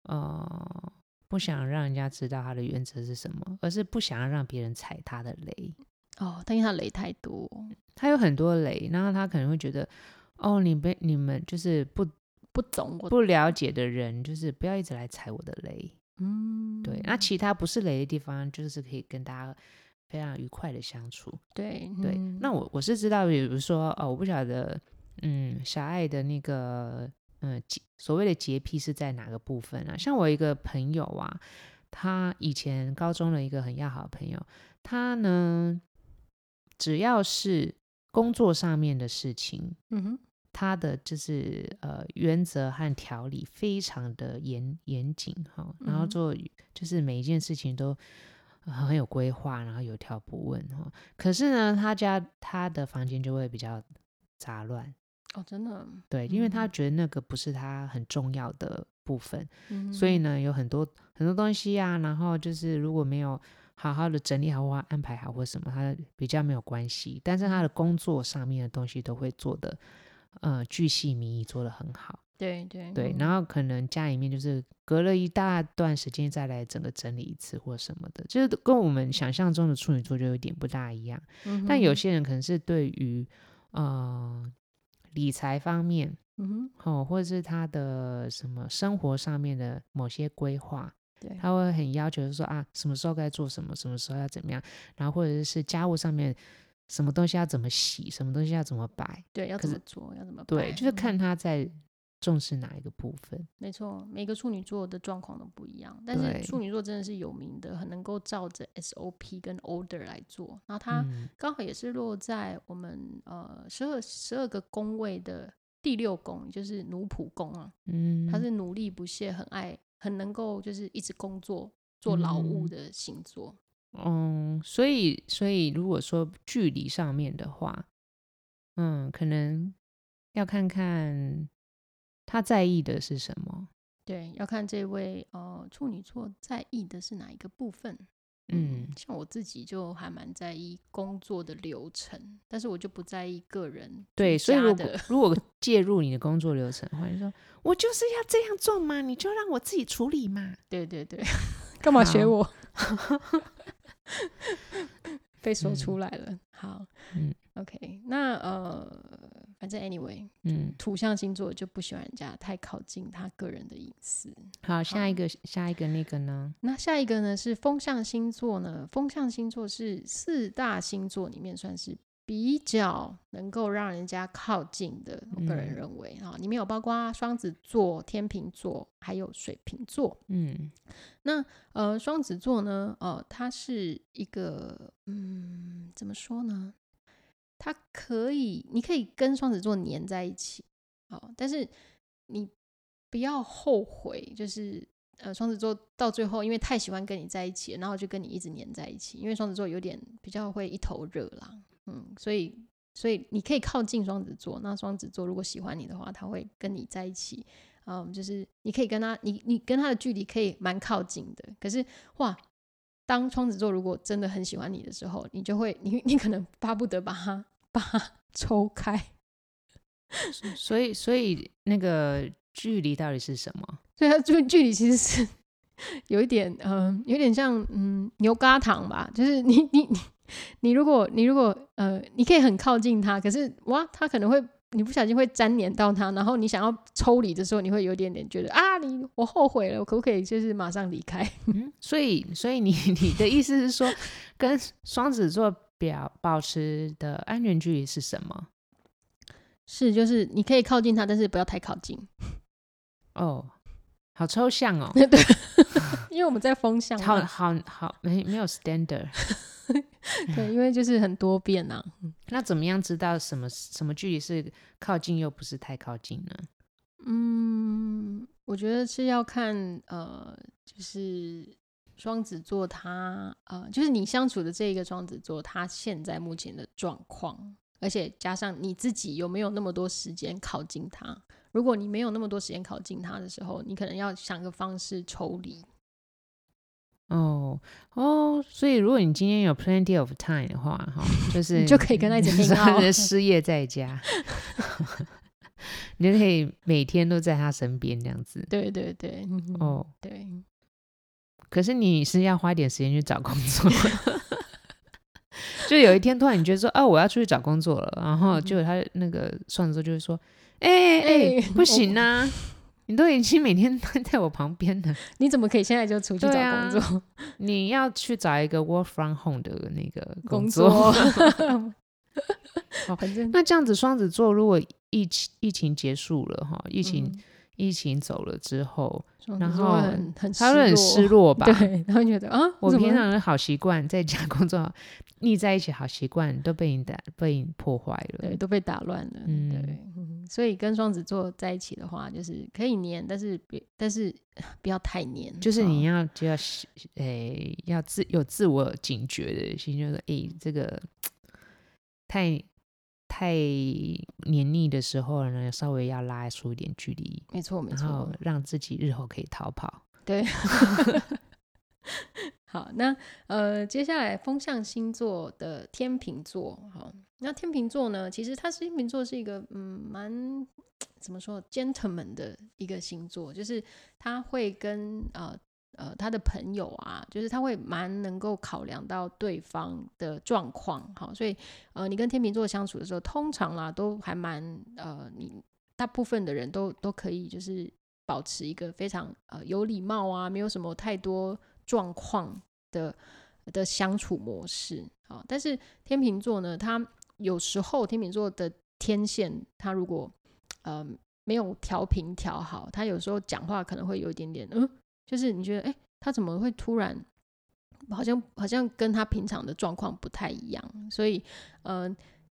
Speaker 2: 呃不想让人家知道他的原则是什么，而是不想要让别人踩他的雷。
Speaker 1: 哦，但因为它雷太多，
Speaker 2: 他有很多雷，然后他可能会觉得，哦，你被你们就是不
Speaker 1: 不懂我，
Speaker 2: 不了解的人，就是不要一直来踩我的雷。
Speaker 1: 嗯，
Speaker 2: 对，那其他不是雷的地方，就是可以跟大家非常愉快的相处。
Speaker 1: 对
Speaker 2: 对，
Speaker 1: 嗯
Speaker 2: 那我我是知道，比如说，哦，我不晓得，嗯，小爱的那个，嗯，洁所谓的洁癖是在哪个部分啊？像我一个朋友啊，他以前高中的一个很要好的朋友，他呢，只要是工作上面的事情，
Speaker 1: 嗯哼，
Speaker 2: 他的就是呃原则和条理非常的严严谨哈，然后
Speaker 1: 嗯
Speaker 2: 做就是每一件事情都呃很有规划，然后有条不紊哈、哦。可是呢，他家他的房间就会比较杂乱，
Speaker 1: 哦，真的，
Speaker 2: 对，因为他
Speaker 1: 嗯
Speaker 2: 觉得那个不是他很重要的部分，
Speaker 1: 嗯
Speaker 2: 所以呢，有很多很多东西啊，然后就是如果没有好好的整理好或安排好或什么，他比较没有关系。但是
Speaker 1: 嗯
Speaker 2: 他的工作上面的东西都会做的，呃，巨细靡遗，做的很好。
Speaker 1: 对对嗯
Speaker 2: 对，然后可能家里面就是隔了一大段时间再来整个整理一次或什么的，就是跟我们想象中的处女座就有点不大一样。
Speaker 1: 嗯
Speaker 2: 但有
Speaker 1: 哼
Speaker 2: 些人可能是对于呃理财方面，
Speaker 1: 嗯哼，
Speaker 2: 哦，或者是他的什么生活上面的某些规划，
Speaker 1: 对，
Speaker 2: 他会很要求说啊，什么时候该做什么，什么时候要怎么样，然后或者是家务上面什么东西要怎么洗，什么东西要怎么摆，
Speaker 1: 对要
Speaker 2: 可
Speaker 1: 怎
Speaker 2: 是
Speaker 1: 么做，要怎么
Speaker 2: 对，
Speaker 1: 摆
Speaker 2: 就是
Speaker 1: 嗯
Speaker 2: 看他在重视哪一个部分。
Speaker 1: 没错，每个处女座的状况都不一样，但是
Speaker 2: 对
Speaker 1: 处女座真的是有名的，很能够照着 SOP 跟 order 来做。然后它
Speaker 2: 嗯
Speaker 1: 刚好也是落在我们呃十二十二个宫位的第六宫，就是奴仆宫啊，
Speaker 2: 嗯，
Speaker 1: 他是努力不懈，很爱，很能够就是一直工作做劳务
Speaker 2: 嗯
Speaker 1: 的星座。
Speaker 2: 嗯，所以所以如果说距离上面的话，嗯，可能要看看他在意的是什么。嗯
Speaker 1: 对，要看这位呃处女座在意的是哪一个部分。
Speaker 2: 嗯
Speaker 1: 像我自己就还蛮在意工作的流程，但是我就不在意个人
Speaker 2: 对，
Speaker 1: 居
Speaker 2: 所以
Speaker 1: 家
Speaker 2: 如果 *laughs*
Speaker 1: 的
Speaker 2: 如果介入你的工作流程的话，你说我就是要这样做嘛，你就让我自己处理嘛。
Speaker 1: 对
Speaker 2: *laughs*
Speaker 1: 对对，干嘛学
Speaker 2: 好
Speaker 1: 我？ *laughs* 被说出
Speaker 2: 嗯
Speaker 1: 来了。好，
Speaker 2: 嗯
Speaker 1: o k 那呃，反正 anyway，
Speaker 2: 嗯，
Speaker 1: 土象星座就不喜欢人家太靠近他个人的隐私。
Speaker 2: 好，
Speaker 1: 好
Speaker 2: 下一个下一个那个呢？
Speaker 1: 那下一个呢是风象星座呢？风象星座是四大星座里面算是比较能够让人家靠近的，我个人
Speaker 2: 嗯
Speaker 1: 认为啊，里面有包括双子座、天秤座，还有水瓶座。
Speaker 2: 嗯
Speaker 1: 呃，双子座呢，呃，它是一个，嗯，怎么说呢？它可以，你可以跟双子座黏在一起，哦，但是你不要后悔，就是呃，双子座到最后因为太喜欢跟你在一起了，然后就跟你一直黏在一起，因为双子座有点比较会一头热啦，嗯，所以所以你可以靠近双子座，那双子座如果喜欢你的话，他会跟你在一起，嗯，就是你可以跟他，你你跟他的距离可以蛮靠近的。可是哇，当双子座如果真的很喜欢你的时候，你就会，你你可能巴不得把他把他 *laughs* 抽开。
Speaker 2: 所以所以那个距离到底是什么？
Speaker 1: 所以它距距离其实是 *laughs* 有一点，嗯、有点像嗯牛轧糖吧，就是你你你你如果你如果呃，你可以很靠近它，可是哇，它可能会你不小心会粘黏到它，然后你想要抽离的时候，你会有一点点觉得啊，你我后悔了，我可不可以就是马上离开？
Speaker 2: 嗯，所以所以你你的意思是说，跟双子座表保持的安全距离是什么？
Speaker 1: 是，就是你可以靠近它，但是不要太靠
Speaker 2: *laughs*
Speaker 1: 近，，
Speaker 2: 哦，好抽象哦 *laughs*
Speaker 1: 对，因为我们在风向嘛，
Speaker 2: 好好好，没没有 standard。
Speaker 1: 对，因为就是很多变啊呐、
Speaker 2: 那怎么样知道什么什么距离是靠近又不是太靠近呢？
Speaker 1: 嗯，我觉得是要看呃，就是双子座他呃，就是你相处的这一个双子座，他现在目前的状况，而且加上你自己有没有那么多时间靠近他。如果你没有那么多时间靠近他的时候，你可能要想个方式抽离。
Speaker 2: 哦哦，所以如果你今天有 plenty of time 的话，哈，就是
Speaker 1: 你就可以跟他一直啊 hang
Speaker 2: 算
Speaker 1: out
Speaker 2: 是失业在家， *laughs* 你就可以每天都在他身边这样子。
Speaker 1: 对对对，嗯
Speaker 2: 哦，
Speaker 1: 对，
Speaker 2: 可是你是要花一点时间去找工作。 *laughs* 就有一天突然你觉得说，哦，我要出去找工作了，然后结果他那个双子座就会说，哎哎、
Speaker 1: 嗯哎
Speaker 2: 不行啊，你都已经每天 *laughs* 待在我旁边了，
Speaker 1: 你怎么可以现在就出去找
Speaker 2: 对
Speaker 1: 工
Speaker 2: 啊
Speaker 1: 作？
Speaker 2: 你要去找一个 work from home 的那个
Speaker 1: 工
Speaker 2: 作。
Speaker 1: *laughs*
Speaker 2: *laughs* 哦
Speaker 1: 作，反正
Speaker 2: 那这样子，双子座如果疫情疫情结束了哈，疫情、
Speaker 1: 嗯
Speaker 2: 疫情走了之后，
Speaker 1: 所以
Speaker 2: 然
Speaker 1: 我就会
Speaker 2: 后
Speaker 1: 很很
Speaker 2: 他会很失落吧？
Speaker 1: *laughs* 对，然后觉得啊，
Speaker 2: 我
Speaker 1: 怎
Speaker 2: 平
Speaker 1: 么
Speaker 2: 常的好习惯，在家工作腻在一起好习惯都被你打被你破坏了
Speaker 1: 对。都被打乱了，
Speaker 2: 嗯
Speaker 1: 对、 *laughs* 嗯所以跟双子座在一起的话，就是可以黏，但是别但是 *sighs* 不要太黏，
Speaker 2: 就是你
Speaker 1: 要、
Speaker 2: 要就要是诶、要自有自我警觉的心，就是诶、这个太太黏腻的时候呢，稍微要拉出一点距离，
Speaker 1: 没错没
Speaker 2: 然
Speaker 1: 错
Speaker 2: 后，让自己日后可以逃跑。
Speaker 1: 对。好，那呃，接下来风象星座的天秤座，好，那天秤座呢，其实它是天秤座是一个嗯，蛮怎么说，gentleman 的一个星座，就是他会跟呃呃他的朋友啊，就是他会蛮能够考量到对方的状况，好，所以呃，你跟天秤座相处的时候，通常啦都还蛮呃，你大部分的人都都可以就是保持一个非常呃有礼貌啊，没有什么太多状况的的相处模式啊、好但是天秤座呢，他有时候天秤座的天线，他如果呃没有调频调好，他有时候讲话可能会有一点点嗯，就是你觉得哎，诶他怎么会突然？好像好像跟他平常的状况不太一样，所以，嗯、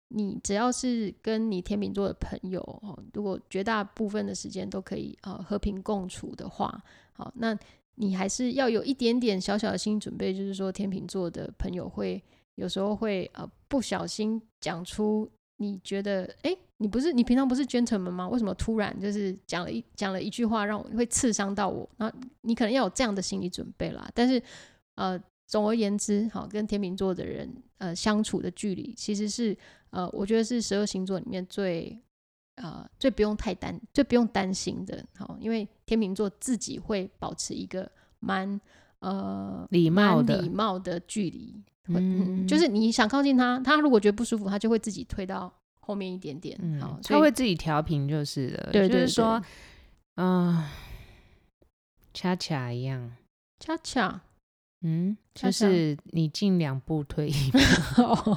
Speaker 1: 你只要是跟你天秤座的朋友哦，如果绝大部分的时间都可以呃和平共处的话，好，那你还是要有一点点小小的心理准备，就是说天秤座的朋友会有时候会呃不小心讲出你觉得哎、诶你不是你平常不是 gentleman 吗？为什么突然就是讲了一讲了一句话让我会刺伤到我？那你可能要有这样的心理准备啦，但是呃。总而言之，好，跟天秤座的人，呃，相处的距离其实是呃，我觉得是十二星座里面最呃最不用太担最不用担心的，好，因为天秤座自己会保持一个蛮呃
Speaker 2: 礼貌
Speaker 1: 蛮
Speaker 2: 的
Speaker 1: 礼貌的距离，会嗯，就是你想靠近他，他如果觉得不舒服，他就会自己退到后面一点点，
Speaker 2: 嗯
Speaker 1: 好，所
Speaker 2: 他
Speaker 1: 以
Speaker 2: 会自己调频就是了，
Speaker 1: 对
Speaker 2: 就
Speaker 1: 对
Speaker 2: 是说，嗯、恰恰一样，
Speaker 1: 恰恰，
Speaker 2: 嗯，
Speaker 1: 恰
Speaker 2: 就
Speaker 1: 恰
Speaker 2: 是你进两步退一
Speaker 1: *laughs*
Speaker 2: 步，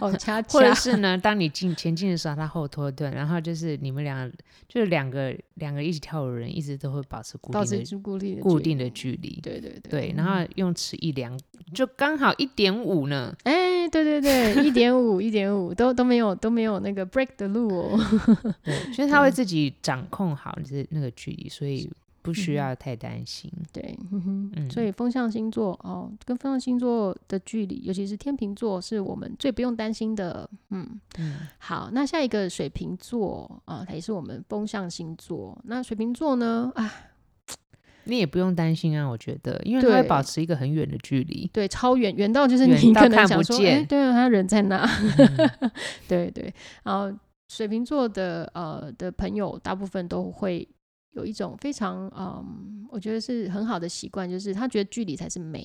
Speaker 1: 哦， *laughs* 恰恰
Speaker 2: 或者是呢，当你进前进的时候，他后拖顿，然后就是你们俩就是两个两个一起跳舞的人，一直都会保持固
Speaker 1: 保
Speaker 2: 定
Speaker 1: 持
Speaker 2: 的
Speaker 1: 住固定的
Speaker 2: 固
Speaker 1: 距
Speaker 2: 定
Speaker 1: 离
Speaker 2: 的距离，
Speaker 1: 对对嗯对
Speaker 2: 对，然后用尺一量，就刚好一点五呢，
Speaker 1: 哎、对对对，一点五，一点五，都都没有都没有那个 break the
Speaker 2: *laughs*
Speaker 1: rule，、哦、
Speaker 2: 对，就是他会自己掌控好这那个距离，所以不
Speaker 1: 嗯
Speaker 2: 需要太担心，
Speaker 1: 对，嗯哼，
Speaker 2: 嗯
Speaker 1: 所以风象星座哦，跟风象星座的距离，尤其是天秤座，是我们最不用担心的。嗯，
Speaker 2: 嗯
Speaker 1: 好，那下一个水瓶座啊、它也是我们风象星座。那水瓶座呢？啊，
Speaker 2: 你也不用担心啊，我觉得，因为他会
Speaker 1: 对
Speaker 2: 保持一个很远的距离。
Speaker 1: 对，超远远到就是你
Speaker 2: 远到
Speaker 1: 可能
Speaker 2: 看
Speaker 1: 想
Speaker 2: 不
Speaker 1: 说，哎、
Speaker 2: 见
Speaker 1: 对啊，他人在哪？
Speaker 2: 嗯
Speaker 1: *laughs* 对对，然后水瓶座的呃的朋友，大部分都会有一种非常嗯，我觉得是很好的习惯，就是他觉得距离才是美。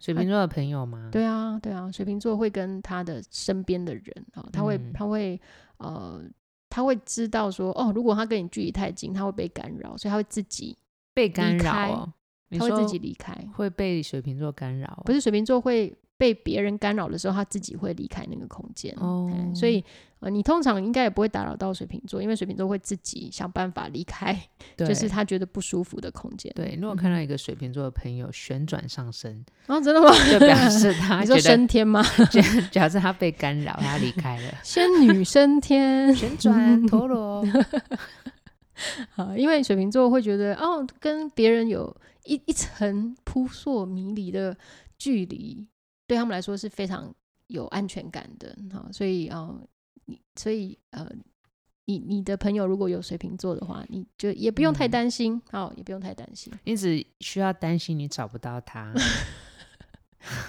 Speaker 2: 水瓶座的朋友吗？
Speaker 1: 对啊，对啊，水瓶座会跟他的身边的人啊、哦他会、
Speaker 2: 嗯
Speaker 1: 他会呃，他会知道说，哦，如果他跟你距离太近，他会被干扰，所以他会自己
Speaker 2: 被干
Speaker 1: 离
Speaker 2: 扰
Speaker 1: 开
Speaker 2: 哦，你
Speaker 1: 他会自
Speaker 2: 说
Speaker 1: 己离开。
Speaker 2: 会被水瓶座干扰哦，
Speaker 1: 不是水瓶座会被别人干扰的时候，他自己会离开那个空间。
Speaker 2: 哦
Speaker 1: 嗯所以呃，你通常应该也不会打扰到水瓶座，因为水瓶座会自己想办法离开，
Speaker 2: 对，
Speaker 1: 就是嗯他觉得不舒服的空间。
Speaker 2: 对。如果看到一个水瓶座的朋友旋转上
Speaker 1: *laughs*
Speaker 2: 升，
Speaker 1: 啊，真的吗？
Speaker 2: 就表示 *laughs* 他
Speaker 1: 你说
Speaker 2: 觉
Speaker 1: 升
Speaker 2: 得
Speaker 1: 天吗？。
Speaker 2: *laughs* 觉得表示他被干扰，他离开了
Speaker 1: 仙女升天。
Speaker 2: 旋转陀螺，
Speaker 1: 啊，因为水瓶座会觉得哦，跟别人有一一层扑朔迷离的距离，对他们来说是非常有安全感的。好，所以啊、呃你所以呃，你你的朋友如果有水瓶座的话，你就也不用太
Speaker 2: 嗯
Speaker 1: 担心，好、也不用太担心，
Speaker 2: 你只需要担心你找不到他，
Speaker 1: *laughs*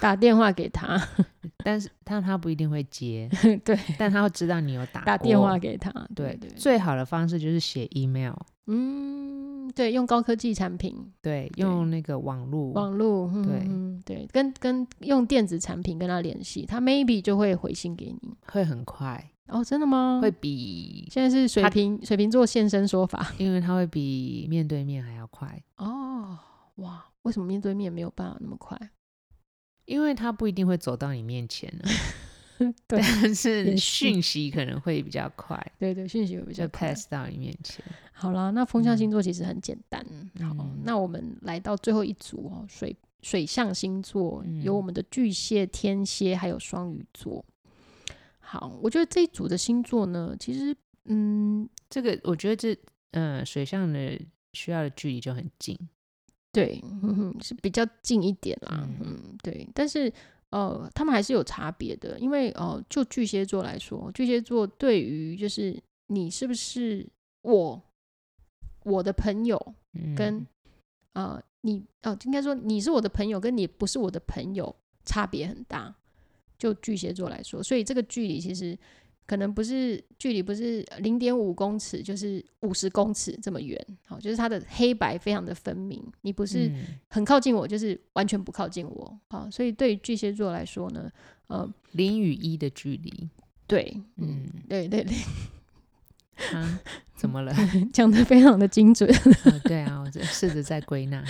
Speaker 1: 打电话给他， *laughs*
Speaker 2: 但是但他不一定会接，
Speaker 1: 对，
Speaker 2: 但他会知道你有打
Speaker 1: 打
Speaker 2: 过
Speaker 1: 电话。给他，对
Speaker 2: 对
Speaker 1: 对，，
Speaker 2: 最好的方式就是写 email，
Speaker 1: 嗯，对，用高科技产品。
Speaker 2: 对，用那个网络，
Speaker 1: 网络，嗯
Speaker 2: 对
Speaker 1: 嗯对，跟跟用电子产品跟他联系，他 maybe 就会回信给你。
Speaker 2: 会很快，
Speaker 1: 哦，真的吗？
Speaker 2: 会比，
Speaker 1: 现在是水
Speaker 2: 他
Speaker 1: 瓶水瓶座现身说法
Speaker 2: 因为他会比面对面还要快，
Speaker 1: 哦，哇，为什么面对面没有办法那么快？
Speaker 2: 因为他不一定会走到你面前呢。
Speaker 1: *laughs* 对
Speaker 2: 但是
Speaker 1: *laughs* 也是
Speaker 2: 讯息可能会比较快，
Speaker 1: 对对，讯息会比嗯
Speaker 2: 就
Speaker 1: 较快
Speaker 2: pass 到你面前。
Speaker 1: 好啦，那风象星座其实很简单。好
Speaker 2: 嗯，
Speaker 1: 那我们来到最后一组哦，水水象星座、
Speaker 2: 嗯
Speaker 1: 有我们的巨蟹、天蝎，还有双鱼座。好，我觉得这一组的星座呢，其实嗯，
Speaker 2: 这个我觉得这呃水象的需要的距离就很近，
Speaker 1: 对，嗯哼，是比较近一点啦。
Speaker 2: 嗯
Speaker 1: 嗯对，但是呃，他们还是有差别的，因为呃，就巨蟹座来说，巨蟹座对于就是你是不是我我的朋友，
Speaker 2: 嗯
Speaker 1: 跟呃，你哦、应该说你是我的朋友，跟你不是我的朋友差别很大。就巨蟹座来说，所以这个距离其实可能不是距离，不是零点五公尺，就是五十公尺这么远。好、就是它的黑白非常的分明，你不是
Speaker 2: 嗯
Speaker 1: 很靠近我，就是完全不靠近我。好、所以对于巨蟹座来说呢，呃，
Speaker 2: 零与一的距离。
Speaker 1: 对，
Speaker 2: 嗯，
Speaker 1: 嗯，对对对， *laughs*
Speaker 2: 啊，怎么了？
Speaker 1: 讲的非常的精准。
Speaker 2: 啊对啊，我这试着在归纳。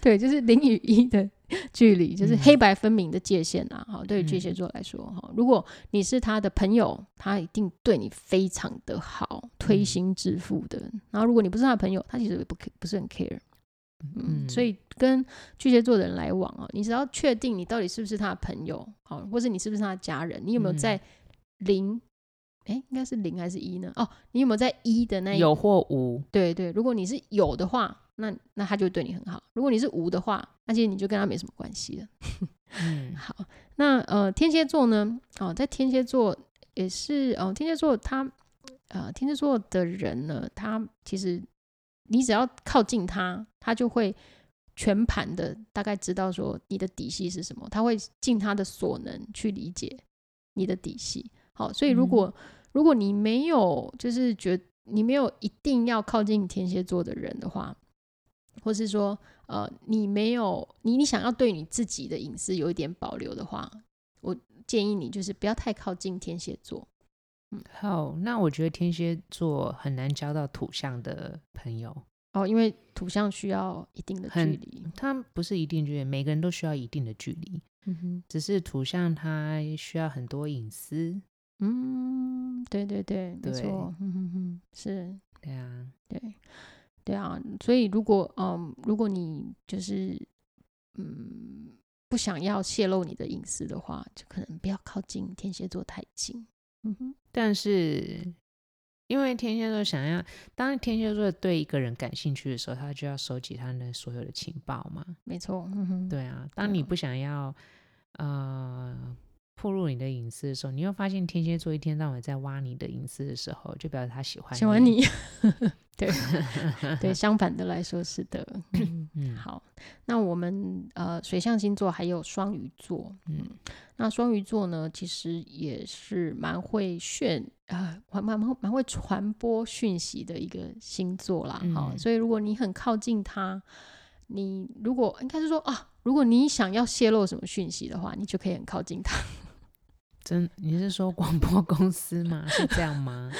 Speaker 1: 对，就是零与一的 *laughs* 距离，就是
Speaker 2: 嗯
Speaker 1: 黑白分明的界限啊。好，对于巨
Speaker 2: 嗯
Speaker 1: 蟹座来说，哈、如果你是他的朋友，他一定对你非常的好，推
Speaker 2: 嗯
Speaker 1: 心置腹的。然后，如果你不是他的朋友，他其实也不 ca- 不是很 care。嗯，所
Speaker 2: 嗯
Speaker 1: 以跟巨蟹座的人来往啊，你只要确定你到底是不是他的朋友，好，或是你是不是他的家人，你有没有
Speaker 2: 嗯
Speaker 1: 在零？哎、应该是零还是一呢？哦，你有没有在一的那一
Speaker 2: 有或无，
Speaker 1: 对对，如果你是有的话，那那他就对你很好；如果你是无的话，那其实你就跟他没什么关系了。
Speaker 2: 嗯
Speaker 1: 好，那呃，天蝎座呢？哦，在天蝎座也是哦，天蝎座他呃，天蝎座的人呢，他其实你只要靠近他，他就会全盘的大概知道说你的底细是什么，他会尽他的所能去理解你的底细。好，所以如果、如果你没有就是觉你没有一定要靠近天蝎座的人的话，或是说呃你没有你你想要对你自己的隐私有一点保留的话，我建议你就是不要太靠近天蝎座。
Speaker 2: 好，那我觉得天蝎座很难交到土象的朋友，
Speaker 1: 哦，因为土象需要一定的距
Speaker 2: 很
Speaker 1: 离。
Speaker 2: 他们不是一定距离，每个人都需要一定的距离，
Speaker 1: 嗯哼，
Speaker 2: 只是土象它需要很多隐私。
Speaker 1: 嗯，对对对，没
Speaker 2: 对
Speaker 1: 错，嗯哼哼，是，
Speaker 2: 对啊，
Speaker 1: 对，对啊，所以如果嗯，如果你就是嗯不想要泄露你的隐私的话，就可能不要靠近天蝎座太近。嗯哼，
Speaker 2: 但是因为天蝎座想要，当天蝎座对一个人感兴趣的时候，他就要收集他的所有的情报嘛。
Speaker 1: 没错，嗯哼，
Speaker 2: 对啊，当你
Speaker 1: 啊
Speaker 2: 不想要呃暴露你的隐私的时候，你又发现天蝎座一天到晚在挖你的隐私的时候，就表示他喜欢
Speaker 1: 喜欢。你。 *laughs* 对对，相反的来说是的。嗯
Speaker 2: 嗯，
Speaker 1: 好，那我们呃水象星座还有双鱼座，
Speaker 2: 嗯
Speaker 1: 嗯，那双鱼座呢，其实也是蛮会炫啊，蛮蛮蛮蛮会传播讯息的一个星座啦，哈、
Speaker 2: 嗯
Speaker 1: 所以如果你很靠近他，你如果应该是说啊，如果你想要泄露什么讯息的话，你就可以很靠近他。
Speaker 2: 真你是说广播公司吗？是这样吗？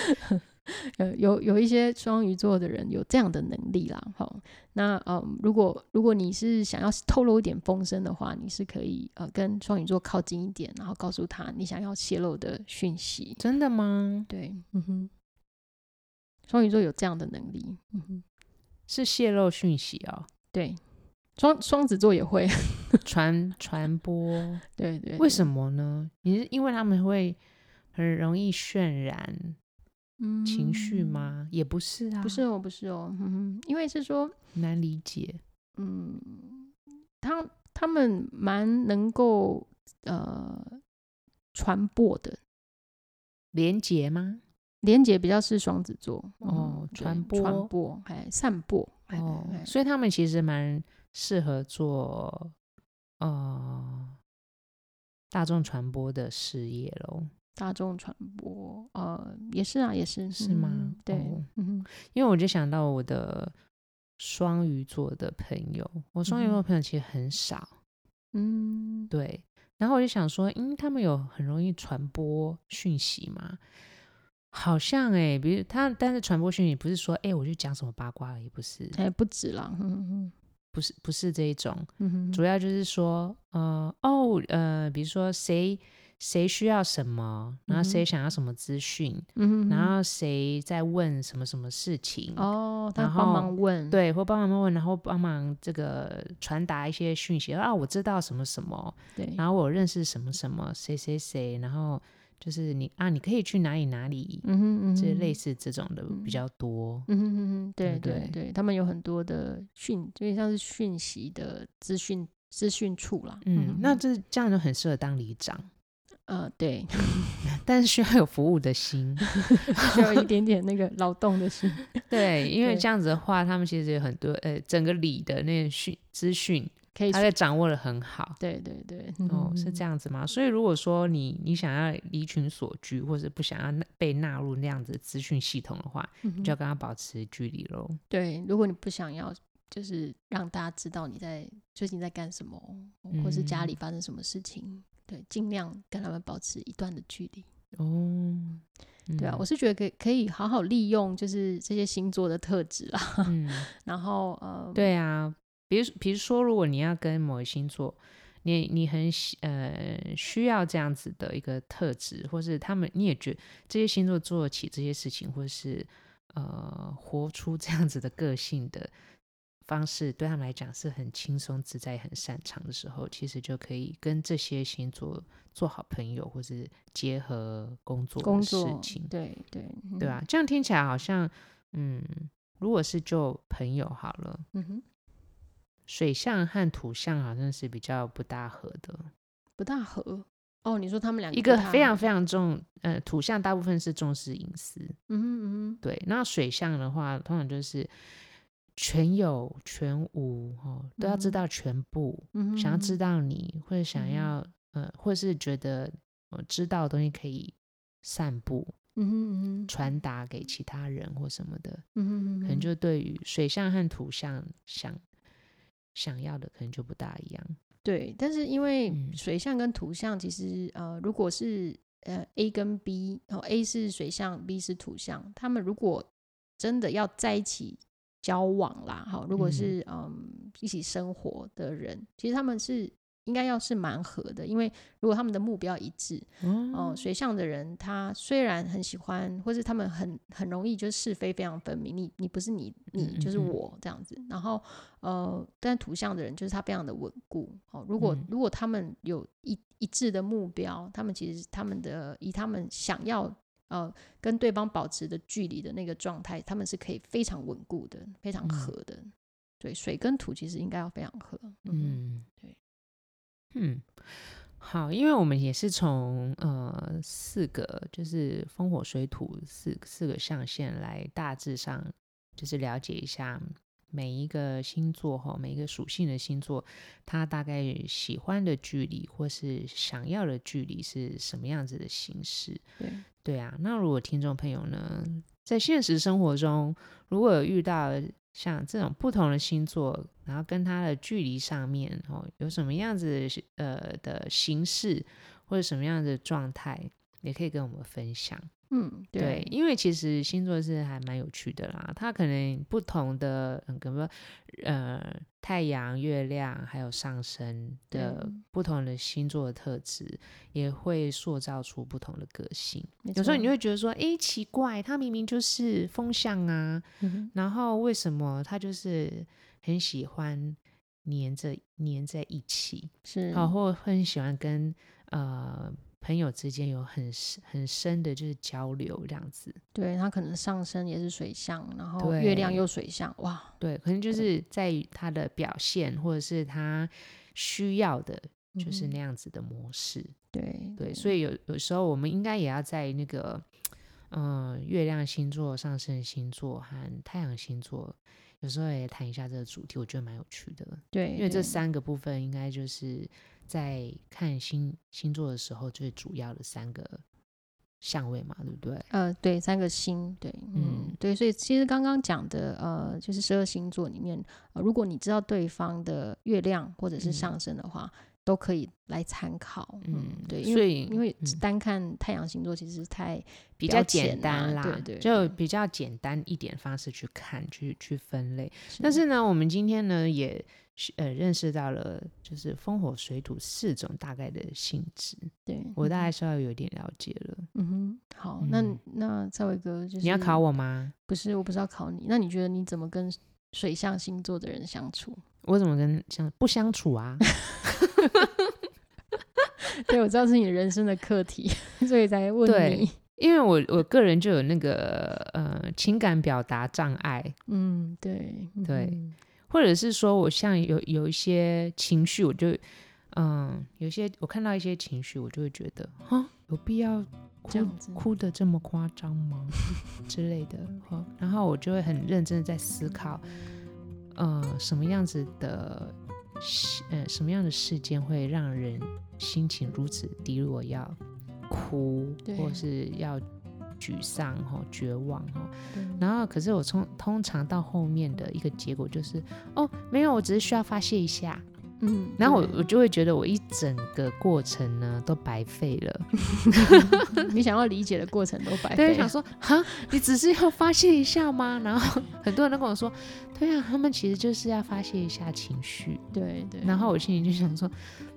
Speaker 1: 呃，有有一些双鱼座的人有这样的能力啦，好，那嗯，如果如果你是想要透露一点风声的话，你是可以呃跟双鱼座靠近一点，然后告诉他你想要泄露的讯息。
Speaker 2: 真的吗？
Speaker 1: 对，嗯哼，双鱼座有这样的能力，嗯哼，
Speaker 2: 是泄露讯息哦， *laughs*
Speaker 1: 对，双双子座也会， *laughs*
Speaker 2: 传传播。
Speaker 1: 对对
Speaker 2: 为什？么呢？你是因为他们会很容易渲染
Speaker 1: 嗯
Speaker 2: 情绪？吗？也不是啊，
Speaker 1: 不是哦，不是哦，嗯哼，因为是说，
Speaker 2: 难理解。
Speaker 1: 嗯，他他们蛮能够呃传播的，
Speaker 2: 连结吗？
Speaker 1: 连接比较是双子座
Speaker 2: 哦
Speaker 1: 嗯对
Speaker 2: 传播
Speaker 1: 传播，哎，散播，哎
Speaker 2: 哦，
Speaker 1: 哎
Speaker 2: 所以他们其实蛮适合做呃大众传播的事业喽。
Speaker 1: 大众传播，呃，也是啊，也是
Speaker 2: 是吗
Speaker 1: 嗯对
Speaker 2: 哦，
Speaker 1: 嗯哼，
Speaker 2: 因为我就想到我的双鱼座的朋友，我双鱼座
Speaker 1: 嗯
Speaker 2: 的
Speaker 1: 哼
Speaker 2: 朋友其实很少，
Speaker 1: 嗯，
Speaker 2: 对。然后我就想说，嗯，他们有很容易传播讯息吗？好像哎、比如他，但是传播讯息不是说，哎、我就讲什么八卦而已，不是，
Speaker 1: 哎，不止啦，嗯嗯
Speaker 2: 不不是不是这一种，
Speaker 1: 嗯哼
Speaker 2: 主要就是说，呃，哦，呃，比如说谁谁需要什么，然后谁想要什么资讯，
Speaker 1: 嗯嗯哼
Speaker 2: 然后谁在问什么什么事情，
Speaker 1: 哦，他
Speaker 2: 然
Speaker 1: 帮
Speaker 2: 后
Speaker 1: 忙问，，
Speaker 2: 对，或帮忙问，然后帮忙这个传达一些讯息啊，我知道什么什么，
Speaker 1: 对，
Speaker 2: 然后我认识什么什么谁谁谁，然后就是你啊，你可以去哪里哪里，
Speaker 1: 嗯哼嗯哼，
Speaker 2: 这类似这种的比较多，
Speaker 1: 嗯哼嗯哼，对
Speaker 2: 对
Speaker 1: 对
Speaker 2: 不
Speaker 1: 对，他们有很多的讯，有点像是讯息的资讯资讯处啦。
Speaker 2: 嗯，那
Speaker 1: 哼
Speaker 2: 这这样就很适合当里长， *laughs*
Speaker 1: 呃，对，
Speaker 2: 但是需要有服务的
Speaker 1: *laughs*
Speaker 2: 心。
Speaker 1: 需要一点点那个劳动
Speaker 2: *laughs*
Speaker 1: 的心。
Speaker 2: 对，因为
Speaker 1: 对
Speaker 2: 这样子的话，他们其实有很多呃，整个里的那个讯资讯，
Speaker 1: 可以
Speaker 2: 他
Speaker 1: 去
Speaker 2: 在掌握的很好。
Speaker 1: 对对对，嗯
Speaker 2: 哦，是这
Speaker 1: 样，
Speaker 2: 样子吗？所以如果说你你想要离群所居，或者不想要纳被纳入那样子的资讯系统的话，
Speaker 1: 嗯哼
Speaker 2: 你就要跟他保持距离喽。
Speaker 1: 对。如果你不想要，就是让大家知道你在最近在干什么，或是家
Speaker 2: 嗯
Speaker 1: 里发生什么事情，对，尽量跟他们保持一段的距离。
Speaker 2: 哦，
Speaker 1: 对啊，
Speaker 2: 嗯
Speaker 1: 我是觉得可以可以好好利用就是这些星座的特质啦， *laughs*
Speaker 2: 嗯，
Speaker 1: 然后呃，
Speaker 2: 对啊，比如比如说，如果你要跟某个星座，你你很喜呃需要这样子的一个特质，或是他们你也觉这些星座做得起这些事情，或是呃活出这样子的个性的方式，对他们来讲是很轻松自在、很擅长的时候，其实就可以跟这些星座做好朋友，或是结合工作
Speaker 1: 工
Speaker 2: 的事
Speaker 1: 作
Speaker 2: 情，
Speaker 1: 对对
Speaker 2: 对
Speaker 1: 嗯
Speaker 2: 啊，这样听起来好像嗯，如果是就朋友好了。
Speaker 1: 嗯哼，
Speaker 2: 水象和土象好像是比较不大合的，
Speaker 1: 不大合。哦，你说他们两
Speaker 2: 一
Speaker 1: 个
Speaker 2: 个
Speaker 1: 不大
Speaker 2: 非常
Speaker 1: 合
Speaker 2: 非常重，呃，土象大部分是重视隐私，
Speaker 1: 嗯哼嗯哼
Speaker 2: 对，那水象的话，通常就是全有全无哦，都要知
Speaker 1: 嗯
Speaker 2: 道全部，
Speaker 1: 嗯哼，
Speaker 2: 想要知
Speaker 1: 道
Speaker 2: 道你，或者想
Speaker 1: 嗯
Speaker 2: 要，呃，或是觉得我知道的东西可以散布、
Speaker 1: 嗯哼嗯哼
Speaker 2: 传达给其他人或什么的，
Speaker 1: 嗯哼嗯哼，
Speaker 2: 可能就对于水象和土象想想要的可能就不大一样，
Speaker 1: 对，但是因为
Speaker 2: 嗯
Speaker 1: 水象跟土象其实呃，如果是呃 A 跟 B，哦 A 是水象，B 是土象，他们如果真的要在一起交往啦，好，如果
Speaker 2: 嗯
Speaker 1: 是嗯一起生活的人，其实他们是应该要是蛮合的，因为如果他们的目标一致，哦、
Speaker 2: 哦
Speaker 1: 水象的人他虽然很喜欢，或是他们很很容易就是是非非常分明，你你不是你，你
Speaker 2: 嗯
Speaker 1: 就是
Speaker 2: 嗯嗯
Speaker 1: 我这样子。然后呃，但土象的人就是他非常的稳固哦。如果、
Speaker 2: 嗯
Speaker 1: 如果他们有一一致的目标，他们其实他们的以他们想要呃跟对方保持的距离的那个状态，他们是可以非常稳固的，非常
Speaker 2: 嗯
Speaker 1: 合的。对，水跟土其实应该要非常合。嗯哼，
Speaker 2: 嗯，
Speaker 1: 对，
Speaker 2: 嗯，好，因为我们也是从呃四个就是风火水土四四个象限来大致上就是了解一下每一个星座哈，每一个属性的星座，它大概喜欢的距离或是想要的距离是什么样子的形式。
Speaker 1: 对，
Speaker 2: 对啊，那如果听众朋友呢，在现实生活中，如果有遇到像这种不同的星座，然后跟它的距离上面哦，有什么样子的呃的形式或者什么样子的状态，也可以跟我们分享。
Speaker 1: 嗯，对，
Speaker 2: 因为其实星座是还蛮有趣的啦，它可能不同的，嗯，比如说呃太阳、月亮还有上升的
Speaker 1: 对
Speaker 2: 不同的星座的特质，也会塑造出不同的个性。
Speaker 1: 没
Speaker 2: 有时候你
Speaker 1: 错
Speaker 2: 会觉得说，诶，奇怪，他明明就是风象啊，
Speaker 1: 嗯哼
Speaker 2: 然后为什么他就是很喜欢黏着黏在一起，
Speaker 1: 是
Speaker 2: 好、或很喜欢跟呃朋友之间有很深很深的就是交流这样子。
Speaker 1: 对，它可能上升也是水象，然后月亮
Speaker 2: 对
Speaker 1: 又水象，哇，
Speaker 2: 对，可能就
Speaker 1: 对
Speaker 2: 是在于他的表现，或者是他需要的，就是
Speaker 1: 嗯
Speaker 2: 那样子的模式。
Speaker 1: 对
Speaker 2: 对，所以有有时候我们应该也要在那个，嗯、月亮星座、上升星座和太阳星座，有时候也谈一下这个主题，我觉得蛮有趣的。
Speaker 1: 对，
Speaker 2: 因为这
Speaker 1: 对
Speaker 2: 三个部分应该就是在看星星座的时候最主要的三个相位嘛，对不对？
Speaker 1: 呃对三个星，对，嗯
Speaker 2: 嗯
Speaker 1: 对，所以其实刚刚讲的呃，就是十二星座里面、呃如果你知道对方的月亮或者是
Speaker 2: 嗯
Speaker 1: 上升的话，都可以来参考，嗯
Speaker 2: 嗯，
Speaker 1: 对，因
Speaker 2: 所
Speaker 1: 为
Speaker 2: 以
Speaker 1: 因为
Speaker 2: 嗯
Speaker 1: 单看太阳星座其实太
Speaker 2: 比
Speaker 1: 较
Speaker 2: 较
Speaker 1: 浅
Speaker 2: 简单
Speaker 1: 啊
Speaker 2: 啦，
Speaker 1: 对对
Speaker 2: 就
Speaker 1: 对
Speaker 2: 比较
Speaker 1: 嗯
Speaker 2: 简单一点方式去看、去去分类。但是呢，我们今天呢也学呃认识到了就是风火水土四种大概的性质，
Speaker 1: 对，
Speaker 2: 我大概
Speaker 1: 嗯
Speaker 2: 稍微有点了解了。
Speaker 1: 嗯哼，好，那
Speaker 2: 嗯
Speaker 1: 那赵伟哥就是
Speaker 2: 你要考？我吗？
Speaker 1: 不是，我不是要考你。那你觉得你怎么跟水象星座的人相处？
Speaker 2: 我怎么跟相不相处啊？ *laughs*
Speaker 1: *laughs* 对，我知道是你人生的课题，所以才问
Speaker 2: 对
Speaker 1: 你。
Speaker 2: 因为我我个人就有那个呃情感表达障碍，
Speaker 1: 嗯，对，
Speaker 2: 对
Speaker 1: 嗯
Speaker 2: 或者是说我像有有一些情绪，我就嗯有一些我看到一些情绪，我就会觉得啊有必要哭
Speaker 1: 这样子，
Speaker 2: 哭的这么夸张吗 *laughs* 之类的，哦然后我就会很认真的在思考，呃什么样子的事呃什么样的事件会让人心情如此低落要哭
Speaker 1: 对
Speaker 2: 或是要沮丧哦绝望哦。
Speaker 1: 对
Speaker 2: 然后，可是我通通常到后面的一个结果就是，哦，没有，我只是需要发泄一下。
Speaker 1: 嗯，
Speaker 2: 然后我
Speaker 1: 对
Speaker 2: 我就会觉得我一整个过程呢都白费了。
Speaker 1: 你想要理解的过程都白
Speaker 2: 对，
Speaker 1: 费
Speaker 2: 想
Speaker 1: 了。
Speaker 2: 说哈，你只是要发泄一下吗？ *laughs* 然后很多人都跟我说，对啊，他们其实就是要发泄一下情绪。
Speaker 1: 对对，？
Speaker 2: 然后我心里就想说，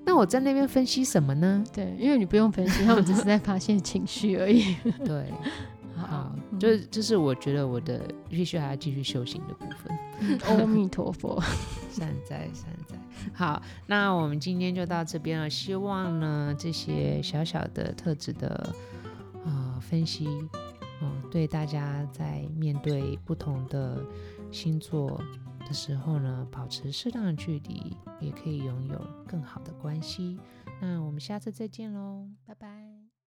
Speaker 2: 那我在那边分析什么呢
Speaker 1: 对，因为你不用分析，他们只是在发泄情绪而已。
Speaker 2: 对， *laughs* 好，
Speaker 1: 嗯
Speaker 2: 就就是我觉得我的必须还要继续修行的部分。
Speaker 1: 阿弥陀佛，
Speaker 2: 善哉善哉。好，那我们今天就到这边了。希望呢，这些小小的特质的呃分析，嗯、对大家在面对不同的星座的时候呢，保持适当的距离，也可以拥有更好的关系。那我们下次再见喽。
Speaker 1: 拜拜。